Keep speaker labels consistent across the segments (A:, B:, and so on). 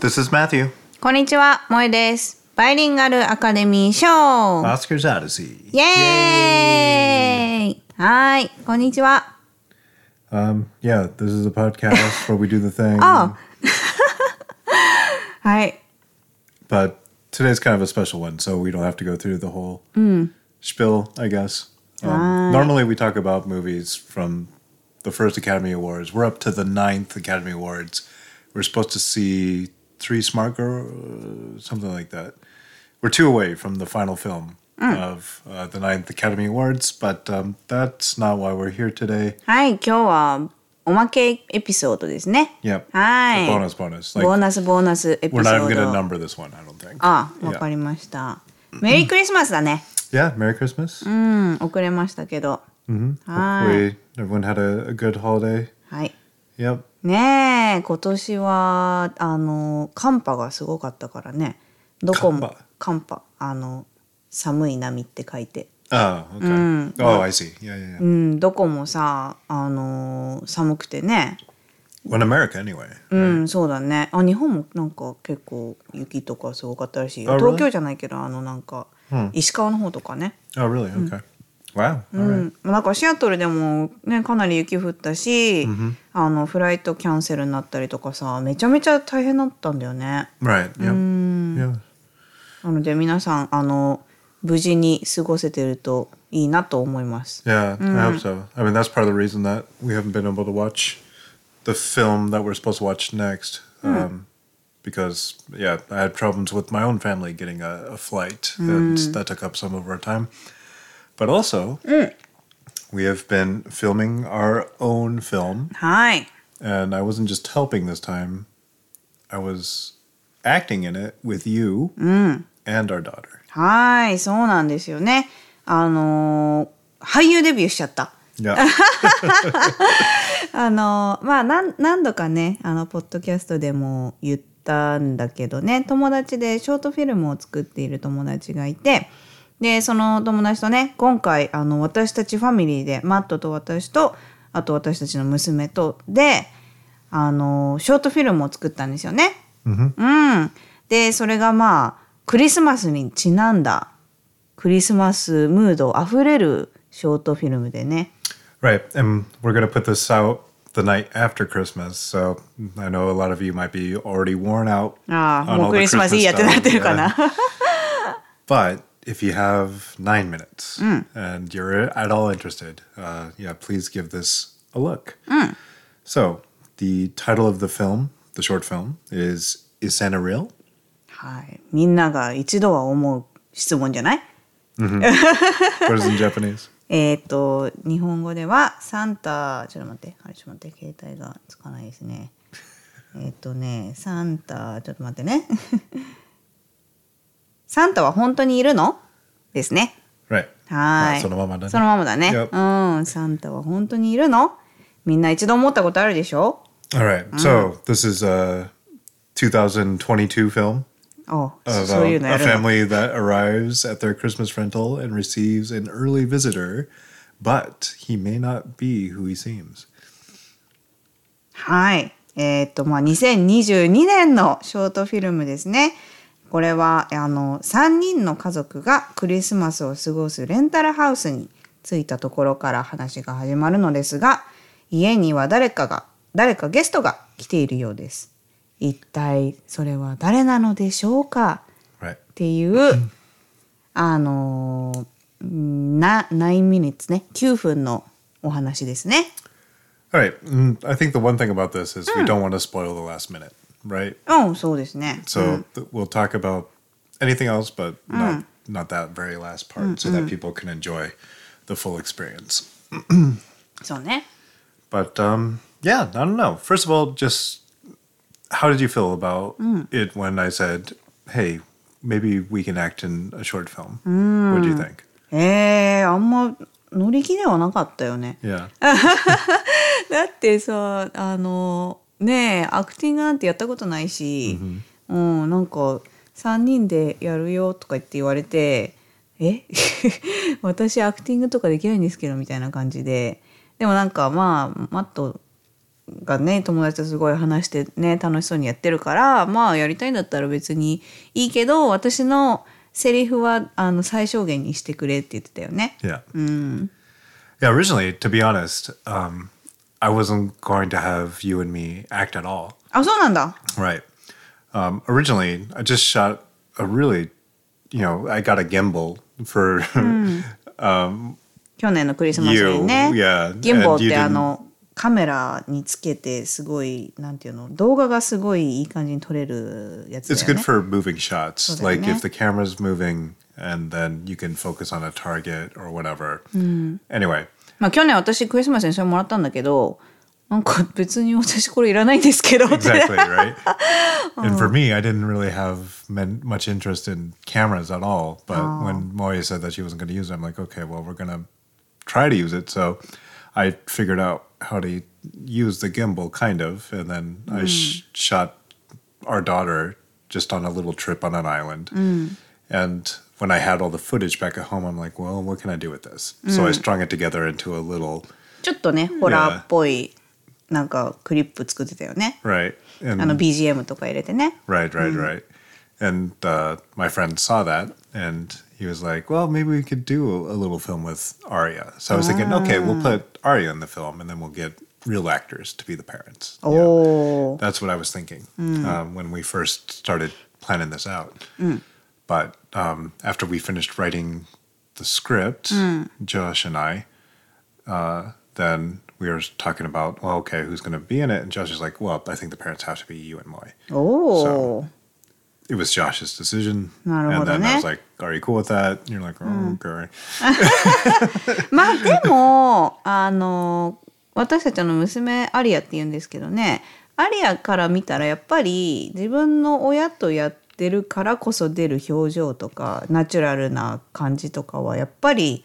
A: This is Matthew.
B: こんにちは、萌えです。バイリンガルアカデミー賞
A: Oscar's Odyssey.
B: イエーイはーい、こんにちは。
A: Um, yeah, this is a podcast where we do the thing.
B: あ はい。
A: But today's kind of a special one, so we don't have to go through the whole spiel, I guess. Um, Normally, we talk about movies from the first Academy Awards. We're up to the ninth Academy Awards. We're supposed to see three smart girls, something like that. We're two away from the final film of uh, the ninth Academy Awards, but um, that's not why we're here today.
B: はい、今日はおまけエピソードですね。
A: Yep.
B: Hi.
A: It's a bonus, bonus.
B: ボー
A: Like,
B: ナスボーナスエピソ
A: we're
B: ー
A: not even going
B: ド。
A: to number this one, I don't think.
B: あ、わ
A: yeah.
B: かりました。メリークリスマスだね。
A: yeah, Merry Christmas. Mm-hmm.
B: うん、遅れましたけど。はーい。
A: Hopefully, everyone had a, a good holiday.
B: はい。
A: Yep.
B: ねえ今年はあの寒波がすごかったからねどこも寒波あの寒い波って書いて
A: Oh, okay. Oh, I see. Yeah, yeah, yeah.
B: うんどこもさあの寒くてね
A: Well, in America, anyway.
B: うんそうだねあ日本もなんか結構雪とかすごかったらしいよ
A: Oh, really?
B: 東京じゃないけどあのなんか石川の方とかね
A: Oh, really? Okay. Wow. All
B: う
A: right.
B: ん、なんかシアトルでも、ね、かなり雪降ったし、あのフライトキャンセルになったりとかさめちゃめちゃ大変だったんだよね。
A: Right. Yep.
B: Mm.
A: Yeah.
B: なので皆さんあの無事に過ごせてるといいなと思います。
A: Yeah. I hope so. I mean, that's part of the reason that we haven't been able to watch the film that we're supposed to watch next. Um, because, yeah, I had problems with my own family getting a, a flight, and that took up some of our time. But also, we have been filming our own film.
B: はい。
A: and I wasn't just helping this time. I was acting in it with you and our daughter.
B: はい、そうなんですよね。あのー俳優デビューしちゃった。
A: Yeah.
B: あのーまあ何何度かねあのポッドキャストでも言ったんだけどね友達でショートフィルムを作っている友達がいてでその友達とね今回あの私たちファミリーでマットと私とあと私たちの娘とであのーショートフィルムを作ったんですよね。うん、でそれがまあクリスマスにちなんだクリスマスムードあふれるショートフィルムでね。
A: right. And we're going to put this out the night after Christmas. So I know a lot of you might be already worn out.
B: ああ、
A: on
B: も
A: all the
B: うクリスマスいいやってな
A: Christmas
B: ってるか
A: stuff.
B: な。
A: But if you have nine minutes and you're at all interested, uh, yeah, please give this a look. So the title of the film, the short film, is Is Santa Real?
B: はい。みんなが一度は思う質問じゃない
A: What is it in Japanese?
B: えっ、と、日本語ではサンタ、ちょっと待って、あれちょっと待って、携帯がつかないですね。えっ、とね、サンタ、ちょっと待ってね。 サンタは本当にいるのですね。
A: Right. Ah,
B: はーい。
A: そのままだね
B: そのままだね。うん。サンタは本当にいるのみんな一度思ったことあるでしょ
A: All right. So this is a 2022 film
B: おう
A: of
B: そう
A: a,
B: いうのや
A: a
B: るの。
A: family that arrives at their Christmas rental and receives an early visitor, but he may not be who he seems.
B: はい。えーっと、まあ、2022年のショートフィルムですね。これは、あの、3人の家族がクリスマスを過ごすレンタルハウスに着いたところから話が始まるのですが、家には誰かが、誰かゲストが来ているようです。一体それは誰なのでしょうか
A: Right.
B: って いう、あのー、な、9 minutes ね、9分のお話ですね。
A: All right. Mm, I think the one thing about this is we don't want to spoil the last minute, right?
B: うん、そうですね。
A: So th- we'll talk about anything else, but not not that very last part, so that people can enjoy the full experience.
B: そうね。
A: But um, yeah, I don't know. First of all, just how did you feel about it when I said, "Hey, maybe we can act in a short film"? What do you think?
B: えー、あんま乗り気ではなかったよね。
A: Yeah,
B: だってさあのねえアクティングなんてやったことないし、うんなんか3人でやるよとか言って言われて「え 私アクティングとかできないんですけど」みたいな感じででもなんかまあマットがね友達とすごい話してね楽しそうにやってるからまあやりたいんだったら別にいいけど私のセリフはあの最小限にしてくれって言ってたよね。
A: Yeah. Yeah, originally, to be honest, um, I wasn't going to have you and me act at all.
B: あそうなんだ
A: Right. Um, originally, I just shot a really, you know, I got a gimbal for
B: 去年のクリスマス
A: you.
B: にね。
A: Yeah.
B: ギンボっ
A: you
B: てあ
A: didn't-
B: のカメラにつけてすごいなんていうの動画がすごいいい感じに撮れるやつだ
A: it's
B: よ
A: good
B: ね。
A: for moving shots.
B: そうだよね。
A: Like if the camera's moving and then you can focus on a target or whatever. Mm. Anyway,
B: まあ去年私クリスマスにそれもらったんだけどなんか別に私これいらないんですけどって
A: exactly, right? And for me, I didn't really have men- much interest in cameras at all. But when Moya said that she wasn't going to use it, I'm like, okay, well, we're going to try to use it. So I figured out how to use the gimbal, kind of. And then I sh- shot our daughter just on a little trip on an island. And when I had all the footage back at home, I'm like, well, what can I do with this? So I strung it together into a little,
B: ちょっとねホラーっぽいなんかクリップ作ってたよね。
A: right? And
B: あの BGM とか入れてね。
A: Right, right, right. And uh, my friend saw that and he was like, well, maybe we could do a, a little film with Arya. So I was thinking, okay, we'll put Arya in the film and then we'll get real actors to be the parents. you
B: お
A: know?
B: おー。
A: That's what I was thinking um, when we first started planning this out. But um, after we finished writing the script, Josh and I, uh, then we were talking about, well, okay, who's going to be in it? And Josh is like, well, I think the parents have to be you and Moy.
B: おお。
A: it was Josh's decision.
B: Naruhodo
A: and then I was
B: ne.
A: like, Are you cool with that? And you're like, Oh, okay.
B: まあでもあの私たちの娘アリアって言うんですけどねアリアから見たらやっぱり自分の親とやってるからこそ出る表情とかナチュラルな感じとかはやっぱり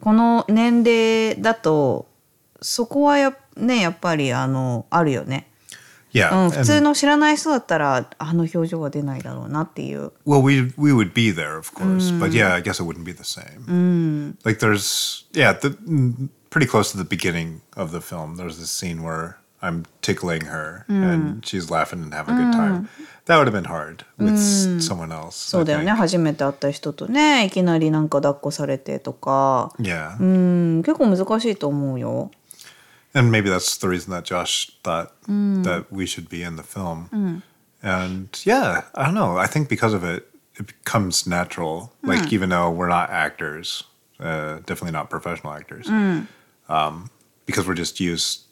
B: この年齢だとそこはや,、ね、やっぱりあのあるよね、う
A: Yeah.
B: ん、
A: and-
B: 普通の知らない人だったらあの表情が出ないだろうなっていう
A: well, we we would be there, of course. But yeah, I guess it wouldn't be the same. Like there's yeah, the, mm, pretty close to the beginning of the film. There's this scene where I'm tickling her and she's laughing and having a good time. That would have been hard with s- someone else.
B: そう
A: I
B: だよね
A: think.
B: 初めて会った人とねいきなりなんか抱っこされてとか
A: Yeah.
B: うん結構難しいと思うよ。
A: And maybe that's the reason that Josh thought that we should be in the film. And yeah, I don't know. I think because of it, it becomes natural. Like, even though we're not actors, uh, definitely not professional actors, um, because we're just used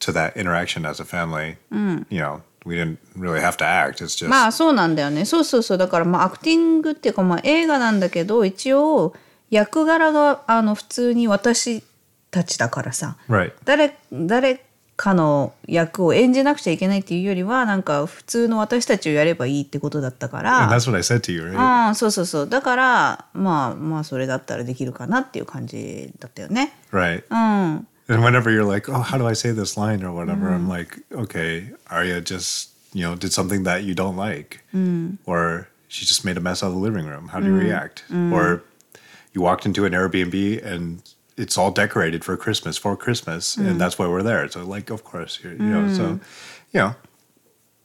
A: to that interaction as a family. You know, we didn't really have to act. It's just,
B: まあそうなんだよねそうそうそうだからまあアクティングっていうかまあ映画なんだけど一応役柄があの普通に私たちだからさ
A: right.
B: 誰誰かの役を演じなくちゃいけないっていうよりはなんか普通の私たちをやればいいってことだったか
A: And
B: ら
A: that's what I said to you, right?
B: うんそうそうそうだからまあまあそれだったらできるかなっていう感じだったよね。
A: Right.
B: うん、
A: And whenever you're like, oh, how do I say this line or whatever, I'm like, okay, Arya just, you know, did something that you don't like. Or she just made a mess out of the living room. How do you react? Or you walked into an Airbnb and it's all decorated for Christmas, for Christmas, and that's why we're there. So, like, of course, you you know, so, you know,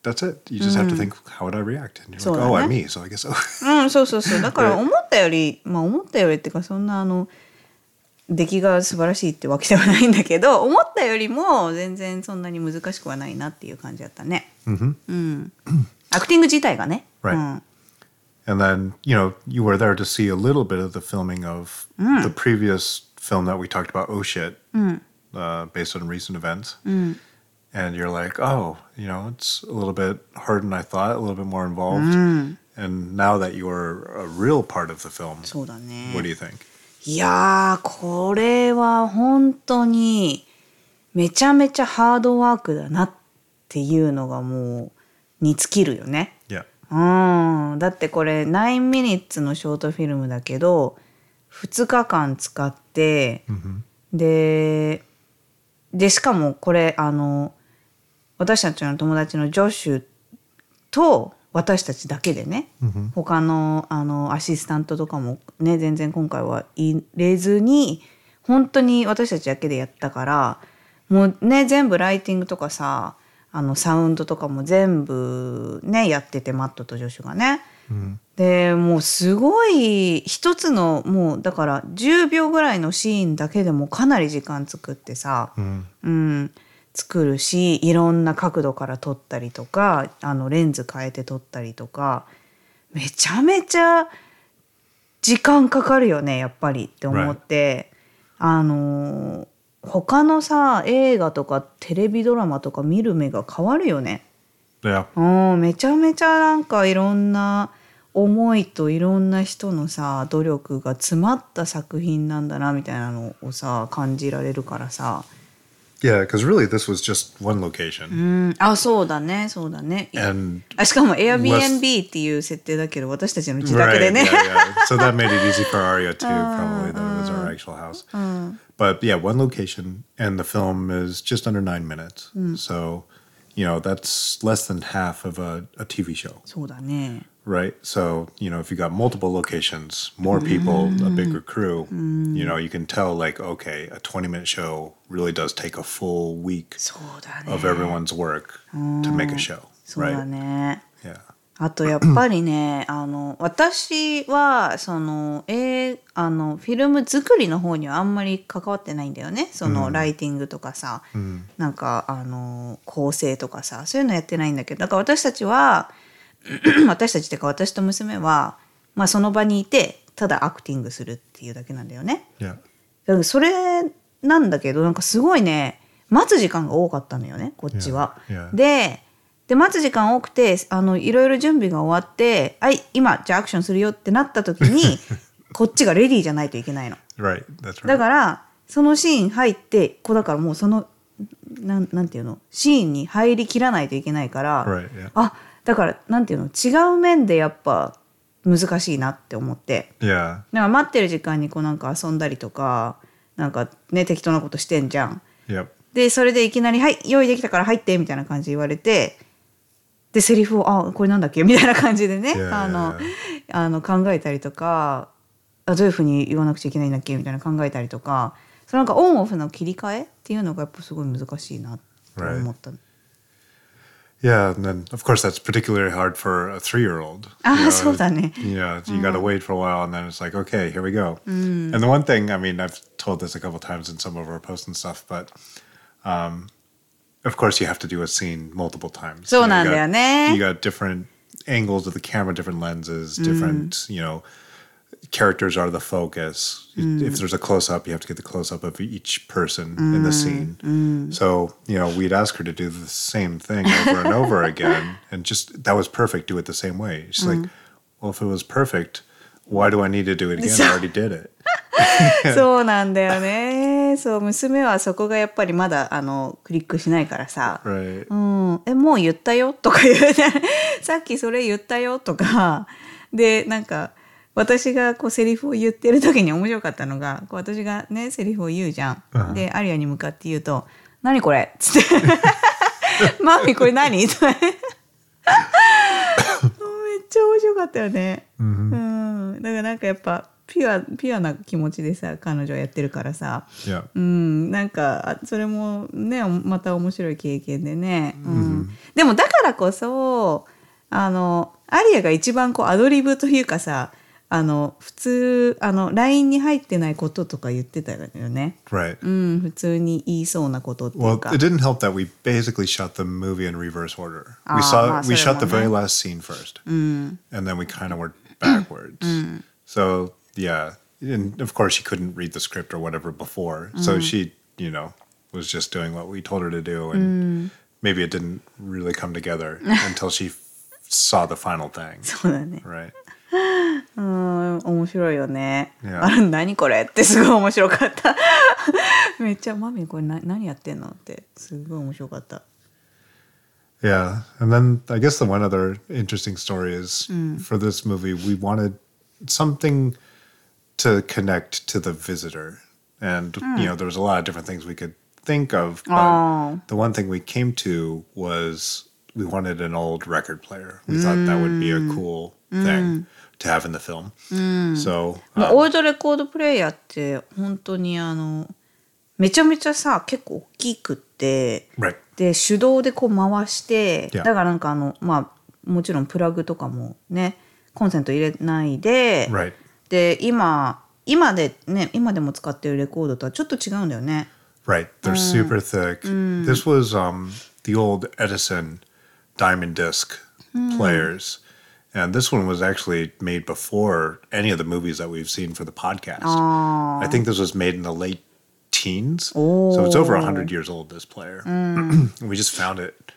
A: that's it. You just have to think, how would I react? And you're
B: So
A: like, oh, I'm
B: that-
A: me. So I guess, oh,
B: うん、そうそうそう。だから思ったより、まあ思ったよりっていうかそんなあの出来が素晴らしいってわけではないんだけど、 思ったよりも全然そんなに難しくはないなっていう感じだったね。うん。アクティング自体がね。
A: Right.
B: うん。
A: And then, you know, you were there to see a little bit of the filming of the previous film that we talked about, Oh Shit, uh, based on recent events. And you're like, oh, you know, it's a little bit harder than I thought, a little bit more involved. And now that you're a real part of the film,
B: そうだね。
A: what do you think?
B: いやーこれは本当にめちゃめちゃハードワークだなっていうのがもうに尽きるよね。
A: Yeah.
B: うん、だってこれ9ミニッツのショートフィルムだけど2日間使って、ででしかもこれあの私たちの友達のジョシュと私たちだけでね、他のあのアシスタントとかもね全然今回は入れずに本当に私たちだけでやったからもうね全部ライティングとかさあのサウンドとかも全部ねやっててマットとジョシュがね。
A: うん
B: でもうすごい一つのもうだから10秒ぐらいのシーンだけでもかなり時間作ってさ、
A: うん
B: うん、作るしいろんな角度から撮ったりとかあのレンズ変えて撮ったりとかめちゃめちゃ時間かかるよねやっぱりって思って、あのー他のさ映画とかテレビドラマとか見る目が変わるよね。
A: yeah
B: うん、めちゃめちゃなんかいろんな思いといろんな人のさ努力が詰まった作品なんだなみたいなのをさ感じられるからさ、
A: yeah because really this was just one location
B: うん、あそうだねそうだね
A: and
B: あしかも Airbnb っていう設定だけど私たちの自宅で
A: right,
B: ね、
A: yeah, yeah. so that made it easy for Aria too probably that it was our actual house but yeah one location and the film is just under nine minutes so you know that's less than half of a, a TV show
B: そうだね
A: right? So, you know, if you got multiple locations, more people, a bigger crew, you know, you can tell like, okay, a 20 minute show really does take a full week
B: そうだね
A: of everyone's work to make a show,
B: そうだ
A: right?
B: ね
A: Yeah.
B: あとやっぱりねあの私はその,、えーあのフィルム作りの方にはあんまり関わってないんだよねその、ライティングとかさ、なんかあの構成とかさそういうのやってないんだけどだから私たちは 私たちっていうか私と娘は、まあ、その場にいてただアクティングするっていうだけなんだよね。
A: Yeah.
B: だからそれなんだけどなんかすごいね待つ時間が多かったのよねこっちは。
A: Yeah, yeah.
B: でで待つ時間多くてあのいろいろ準備が終わって「はい今じゃあアクションするよ」ってなった 時にこっちがレディーじゃないといけないの。
A: Right. That's
B: だ
A: right.
B: からそのシーン入ってこうだからもうそのなんなんていうのシーンに入りきらないといけないから、
A: Right, yeah.
B: あだからなんていうの違う面でやっぱ難しいなって思って。
A: Yeah.
B: なんか待ってる時間にこうなんか遊んだりとかなんかね適当なことしてんじゃん。
A: Yep.
B: でそれでいきなり「はい用意できたから入って」みたいな感じで言われてでセリフを「あこれなんだっけ?」みたいな感じでね
A: Yeah, yeah,
B: あのあの考えたりとかあどういうふうに言わなくちゃいけないんだっけみたいな考えたりとかそのなんかオンオフの切り替えっていうのがやっぱすごい難しいなって思った。
A: Yeah. And then, of course, that's particularly hard for a three year old.
B: ああそうだ ね。
A: Yeah, you got to wait for a while, and then it's like, okay, here we go. And the one thing, I mean, I've told this a couple times in some of our posts and stuff, but um, of course, you have to do a scene multiple times.
B: So
A: you, know, you,
B: なんだよね。
A: got, you got different angles of the camera, different lenses, different, you know, characters are the focus. If there's a close up, you have to get the close up of each person in the scene. So, you know, we'd ask her to do the same thing over and over again. And just that was perfect. Do it the same way. She's like, well, if it was perfect, why do I need to do it again? I already did it.
B: そうなんだよね。そう娘はそこがやっぱりまだあのクリックしないからさ。
A: Right.
B: うん、えもう言ったよとか言うねさっきそれ言ったよとかでなんか私がこうセリフを言ってる時に面白かったのがこう私がねセリフを言うじゃん、
A: うん
B: でアリアに向かって言うと「何これ」っつって「 マミこれ何?」とかめっちゃ面白かったよね、うんだからなんかやっぱピュアピュアな気持ちでさ彼女はやってるからさ、
A: Yeah.
B: うん、なんかあそれもねまた面白い経験でね、うんでもだからこそあのアリアが一番こうアドリブというかさあの普通あの LINE に入ってないこととか言ってたよね、
A: Right.
B: うん、普通に言いそうなことってい
A: Well,
B: うか
A: it didn't help that we basically shot the movie in reverse order. Mm.
B: Ah,
A: we saw
B: that's
A: we
B: what I
A: shot the
B: wanted.
A: very last scene first, and then we kind of went backwards. So yeah, and of course she couldn't read the script or whatever before, so she you know was just doing what we told her to do, and maybe it didn't really come together until she f- saw the final thing,
B: そうだね
A: right?
B: うん面白いよね、
A: Yeah.
B: あれ何これってすごい面白かった めっちゃ「マミこれな何やってんの?」ってすごい面白かった。
A: Yeah, and then I guess the one other interesting story is for this movie, we wanted something to connect to the visitor, and you know, there was a lot of different things we could think of. But
B: Oh.
A: the one thing we came to was we wanted an old record player. We thought that would be a cool thing to have in the film. So
B: まあ
A: um,
B: オールドレコードプレイヤーって本当にあのめちゃめちゃさ結構大きくって、
A: Right.
B: で手動でこう回して、
A: Yeah.
B: だからなんかあのまあもちろんプラグとかもねコンセント入れないで、
A: Right.
B: で今今でね今でも使ってるレコードとはちょっと違うんだよね。
A: Right. They're super thick. This was um, the old Edison diamond disc players. And this one was actually made before any of the movies that we've seen for the podcast. I think this was made in the late teens. So it's over 100 years old, this player. we just found it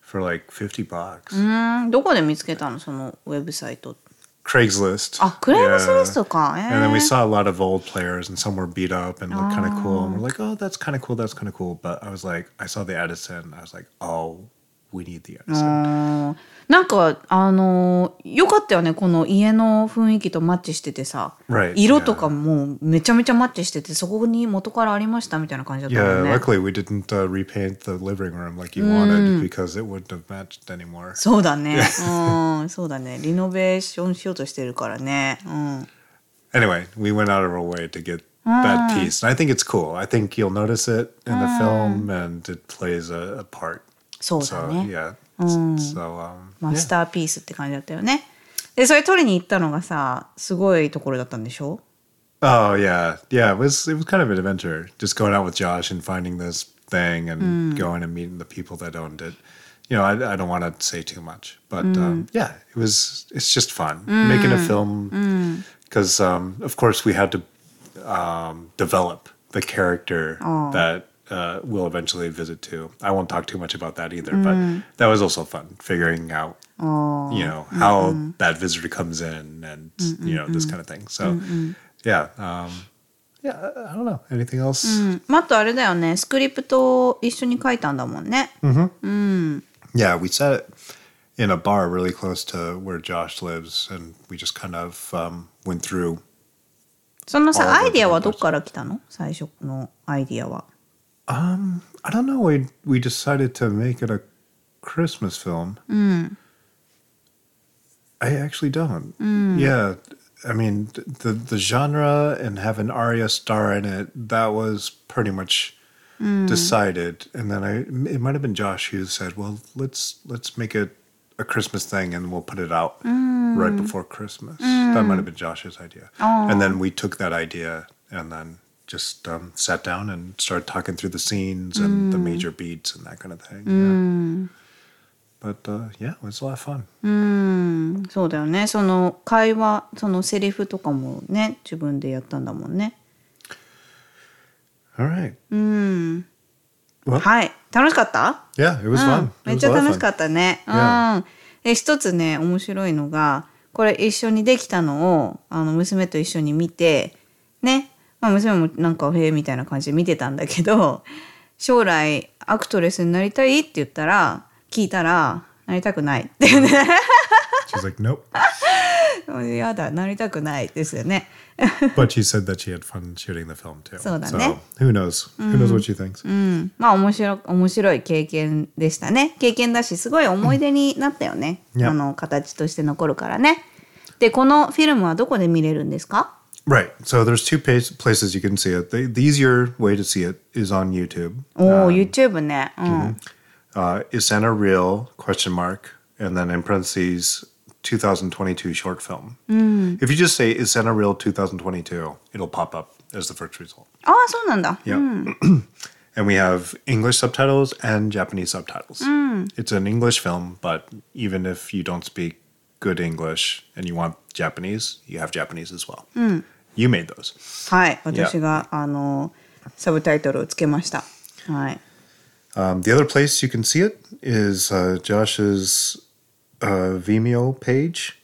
A: for like 50 bucks.
B: うんどこで見つけたのそのウェブサイト。
A: Craigslist.
B: あクレームスリス
A: Yeah.
B: トか。えー
A: And then we saw a lot of old players, and some were beat up and looked kind of cool. And we're like, oh, that's kind of cool. That's kind of cool. But I was like, I saw the Edison. I was like, oh, we need the Edison.
B: Oh. なんかあのーよかったよねこの家の雰囲気とマッチしててさ、
A: Right,
B: 色とかもめちゃめちゃマッチしててそこに元からありましたみたいな感じだった
A: yeah,
B: もんね。
A: luckily we didn't uh, repaint the living room like you wanted because it wouldn't have matched anymore.
B: そうだね。うん、そうだね。リノベーションしようとしてるからね。うん。
A: Anyway, we went out of our way to get that piece. And I think it's cool. I think you'll notice it in the film, and it plays a, a part.
B: そうだ
A: So,
B: ね。
A: yeah. So, um,
B: マ
A: yeah.
B: スターピースって感じだったよね。で、それ取りに行ったのがさ、すごいところだったんでしょ
A: Oh yeah, yeah. It was it was kind of an adventure, just going out with Josh and finding this thing and going and meeting the people that owned it. You know, I, I don't want to say too much, but um, yeah, it was. It's just fun making a film because, um, of course, we had to um, develop the character that uh, we'll eventually visit to. I won't talk too much about that either, but that was also fun figuring out, you know, how that visitor comes in and, you know, this kind of thing. So, yeah. Um, yeah, I- I don't know. Anything else?
B: うん。マットあれだよね。スクリプトを一緒に書いたんだもんね。
A: Yeah, we sat in a bar really close to where Josh lives, and we just kind of um, went through.
B: そのさ、
A: あ
B: アイディアはどっから来たの最初のアイディアは。
A: Um, I don't know. We we decided to make it a Christmas film. I actually don't. Yeah, I mean th- the the genre and have an Arya star in it. That was pretty much decided. And then I it might have been Josh who said, "Well, let's let's make it a Christmas thing and we'll put it out right before Christmas." That might have been Josh's idea. And then we took that idea and then just um, sat down and started talking through the scenes and the major beats and that kind of thing. Yeah. But uh, yeah, it was a lot of fun.
B: うん、そうだよね。その会話、そのセリフとかもね、自分でやったんだもんね。
A: All right.
B: はい。楽しかった、
A: Yeah, it was
B: うん
A: fun.、
B: めっちゃ楽し
A: っ
B: か
A: た。
B: ったね。う
A: Yeah.
B: ん。で、一つね、面白いのが、これ一緒にできたのを、あの、娘と一緒に見て、ね。まあ、娘もなんか、へえ、みたいな感じで見てたんだけど、将来、アクトレスになりたいって言ったら、聞いたら、なりたくないっていう ね。
A: She's like, nope.
B: やだ、なりたくないですよね。
A: But she said that she had fun shooting the film too.
B: そうだね。
A: who knows? Who knows what she thinks?
B: まあ面白面白い経験でしたね経験だしすごい思い出になったよね、
A: Yeah.
B: あの形として残るからねでこのフィルムはどこで見れるんですか
A: Right. So there's two pa- places you can see it. The, the easier way to see it is on YouTube.
B: おお、YouTube ね、うん
A: Uh, Isana Real question mark and then in parentheses 2022 short film. If you just say Isana Real 2022, it'll pop up as the first result.
B: ああそうなんだ、
A: Yeah. and we have English subtitles and Japanese subtitles. It's an English film, but even if you don't speak good English and you want Japanese, you have Japanese as well. You made those.
B: はい私が、あのサブタイトルをつけましたはい
A: Um, the other place you can see it is uh, Josh's uh, Vimeo page.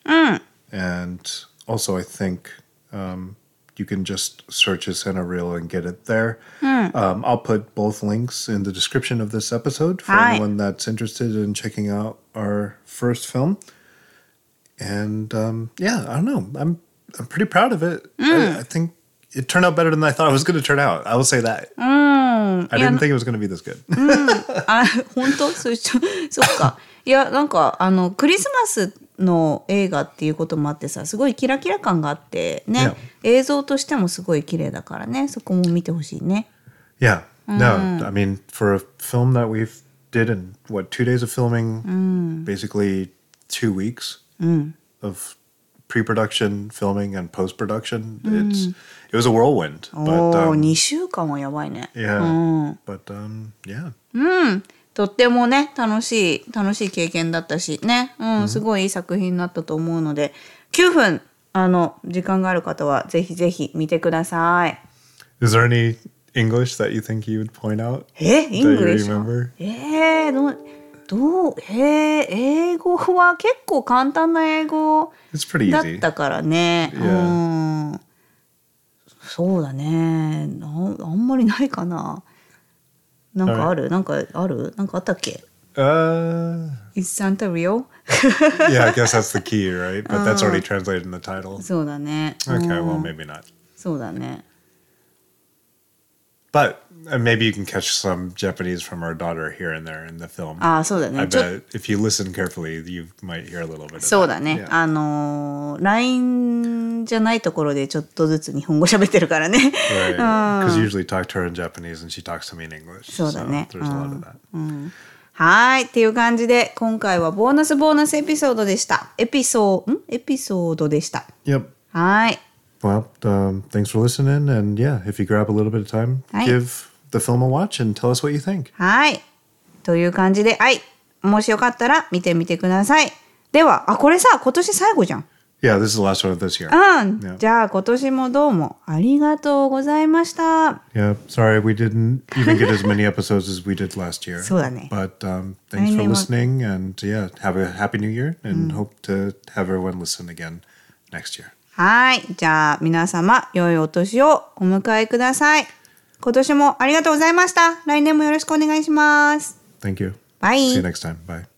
A: And also, I think um, you can just search his Center Reel and get it there. Um, I'll put both links in the description of this episode for
B: Hi.
A: anyone that's interested in checking out our first film. And um, yeah, I don't know. I'm I'm pretty proud of it. I, I think it turned out better than I thought it was going to turn out. I will say that. I
B: yeah,
A: didn't
B: no-
A: think it was going to be this good.
B: あ 本当そうちょ そっかいやなんかあのクリスマスの映画っていうこともあってさすごいキラキラ感があってね、映像としてもすごい綺麗だからねそこも見てほしいね
A: Yeah. No, I mean, for a film that we've did in what two days of filming, basically two weeks of pre-production filming and post-production. It's it was a whirlwind,
B: お
A: but
B: おー、
A: um,
B: 2週間はやばいね。
A: yeah, but um, yeah,
B: とってもね楽しい楽しい経験だったしね、うんすごいいい作品になったと思うので9分あの時間がある方はぜひぜひ見てください。
A: is there any English that you think you would point out
B: えイ
A: that
B: ン
A: you
B: グリッシュ
A: remember?
B: えー、どうどうえー、英語は結構簡単な英語
A: It's pretty
B: だっ
A: easy.
B: たからね。う
A: Yeah.
B: んそうだねなあんまりないかな。なんかある、なんかあるなんかあったっけ
A: Uh,
B: ?Is Santa real?
A: yeah, I guess that's the key, right? But that's already translated in the title.
B: そうだね。
A: Okay,
B: うん
A: well, maybe not.
B: そうだね。
A: But uh, maybe you can catch some Japanese from our daughter here and there in the film.
B: ああ、そうだ
A: I
B: ね。ちょ
A: bet if you listen carefully, you might hear a little bit. Of
B: そうだね。
A: Yeah.
B: あのー、LINE じゃないところでちょっとずつ日本語喋ってるからね。
A: Right. Because you usually talk to her in Japanese and she talks to me in English.
B: Ah. So Ah. the net,
A: there's a lot of that.
B: はーい。っていう感じで、今回はボーナスボーナスエピソードでした。エピソード、んエピソードでした。
A: Yep.
B: はーい。
A: Well, um, thanks for listening. And yeah, if you grab a little bit of time,
B: Right.
A: give the film a watch and tell us what you think.
B: はい。という感じで、はい。もしよかったら見てみてください。では、あ、これさ、今年最後じゃん。
A: Yeah, this is the last one of this year.
B: うん。
A: Yeah.
B: じゃあ、今年もどうもありがとうございました。
A: Yeah, sorry we didn't even get as many episodes as we did last year.
B: そうだね。
A: But um, thanks for
B: 来年は-
A: listening, and yeah, have a happy new year, and hope to have everyone listen again next year.
B: はい。じゃあ、皆様、良いお年をお迎えください。今年もありがとうございました。来年もよろしくお願いします。
A: Thank you.
B: バイ。
A: See you next time. Bye.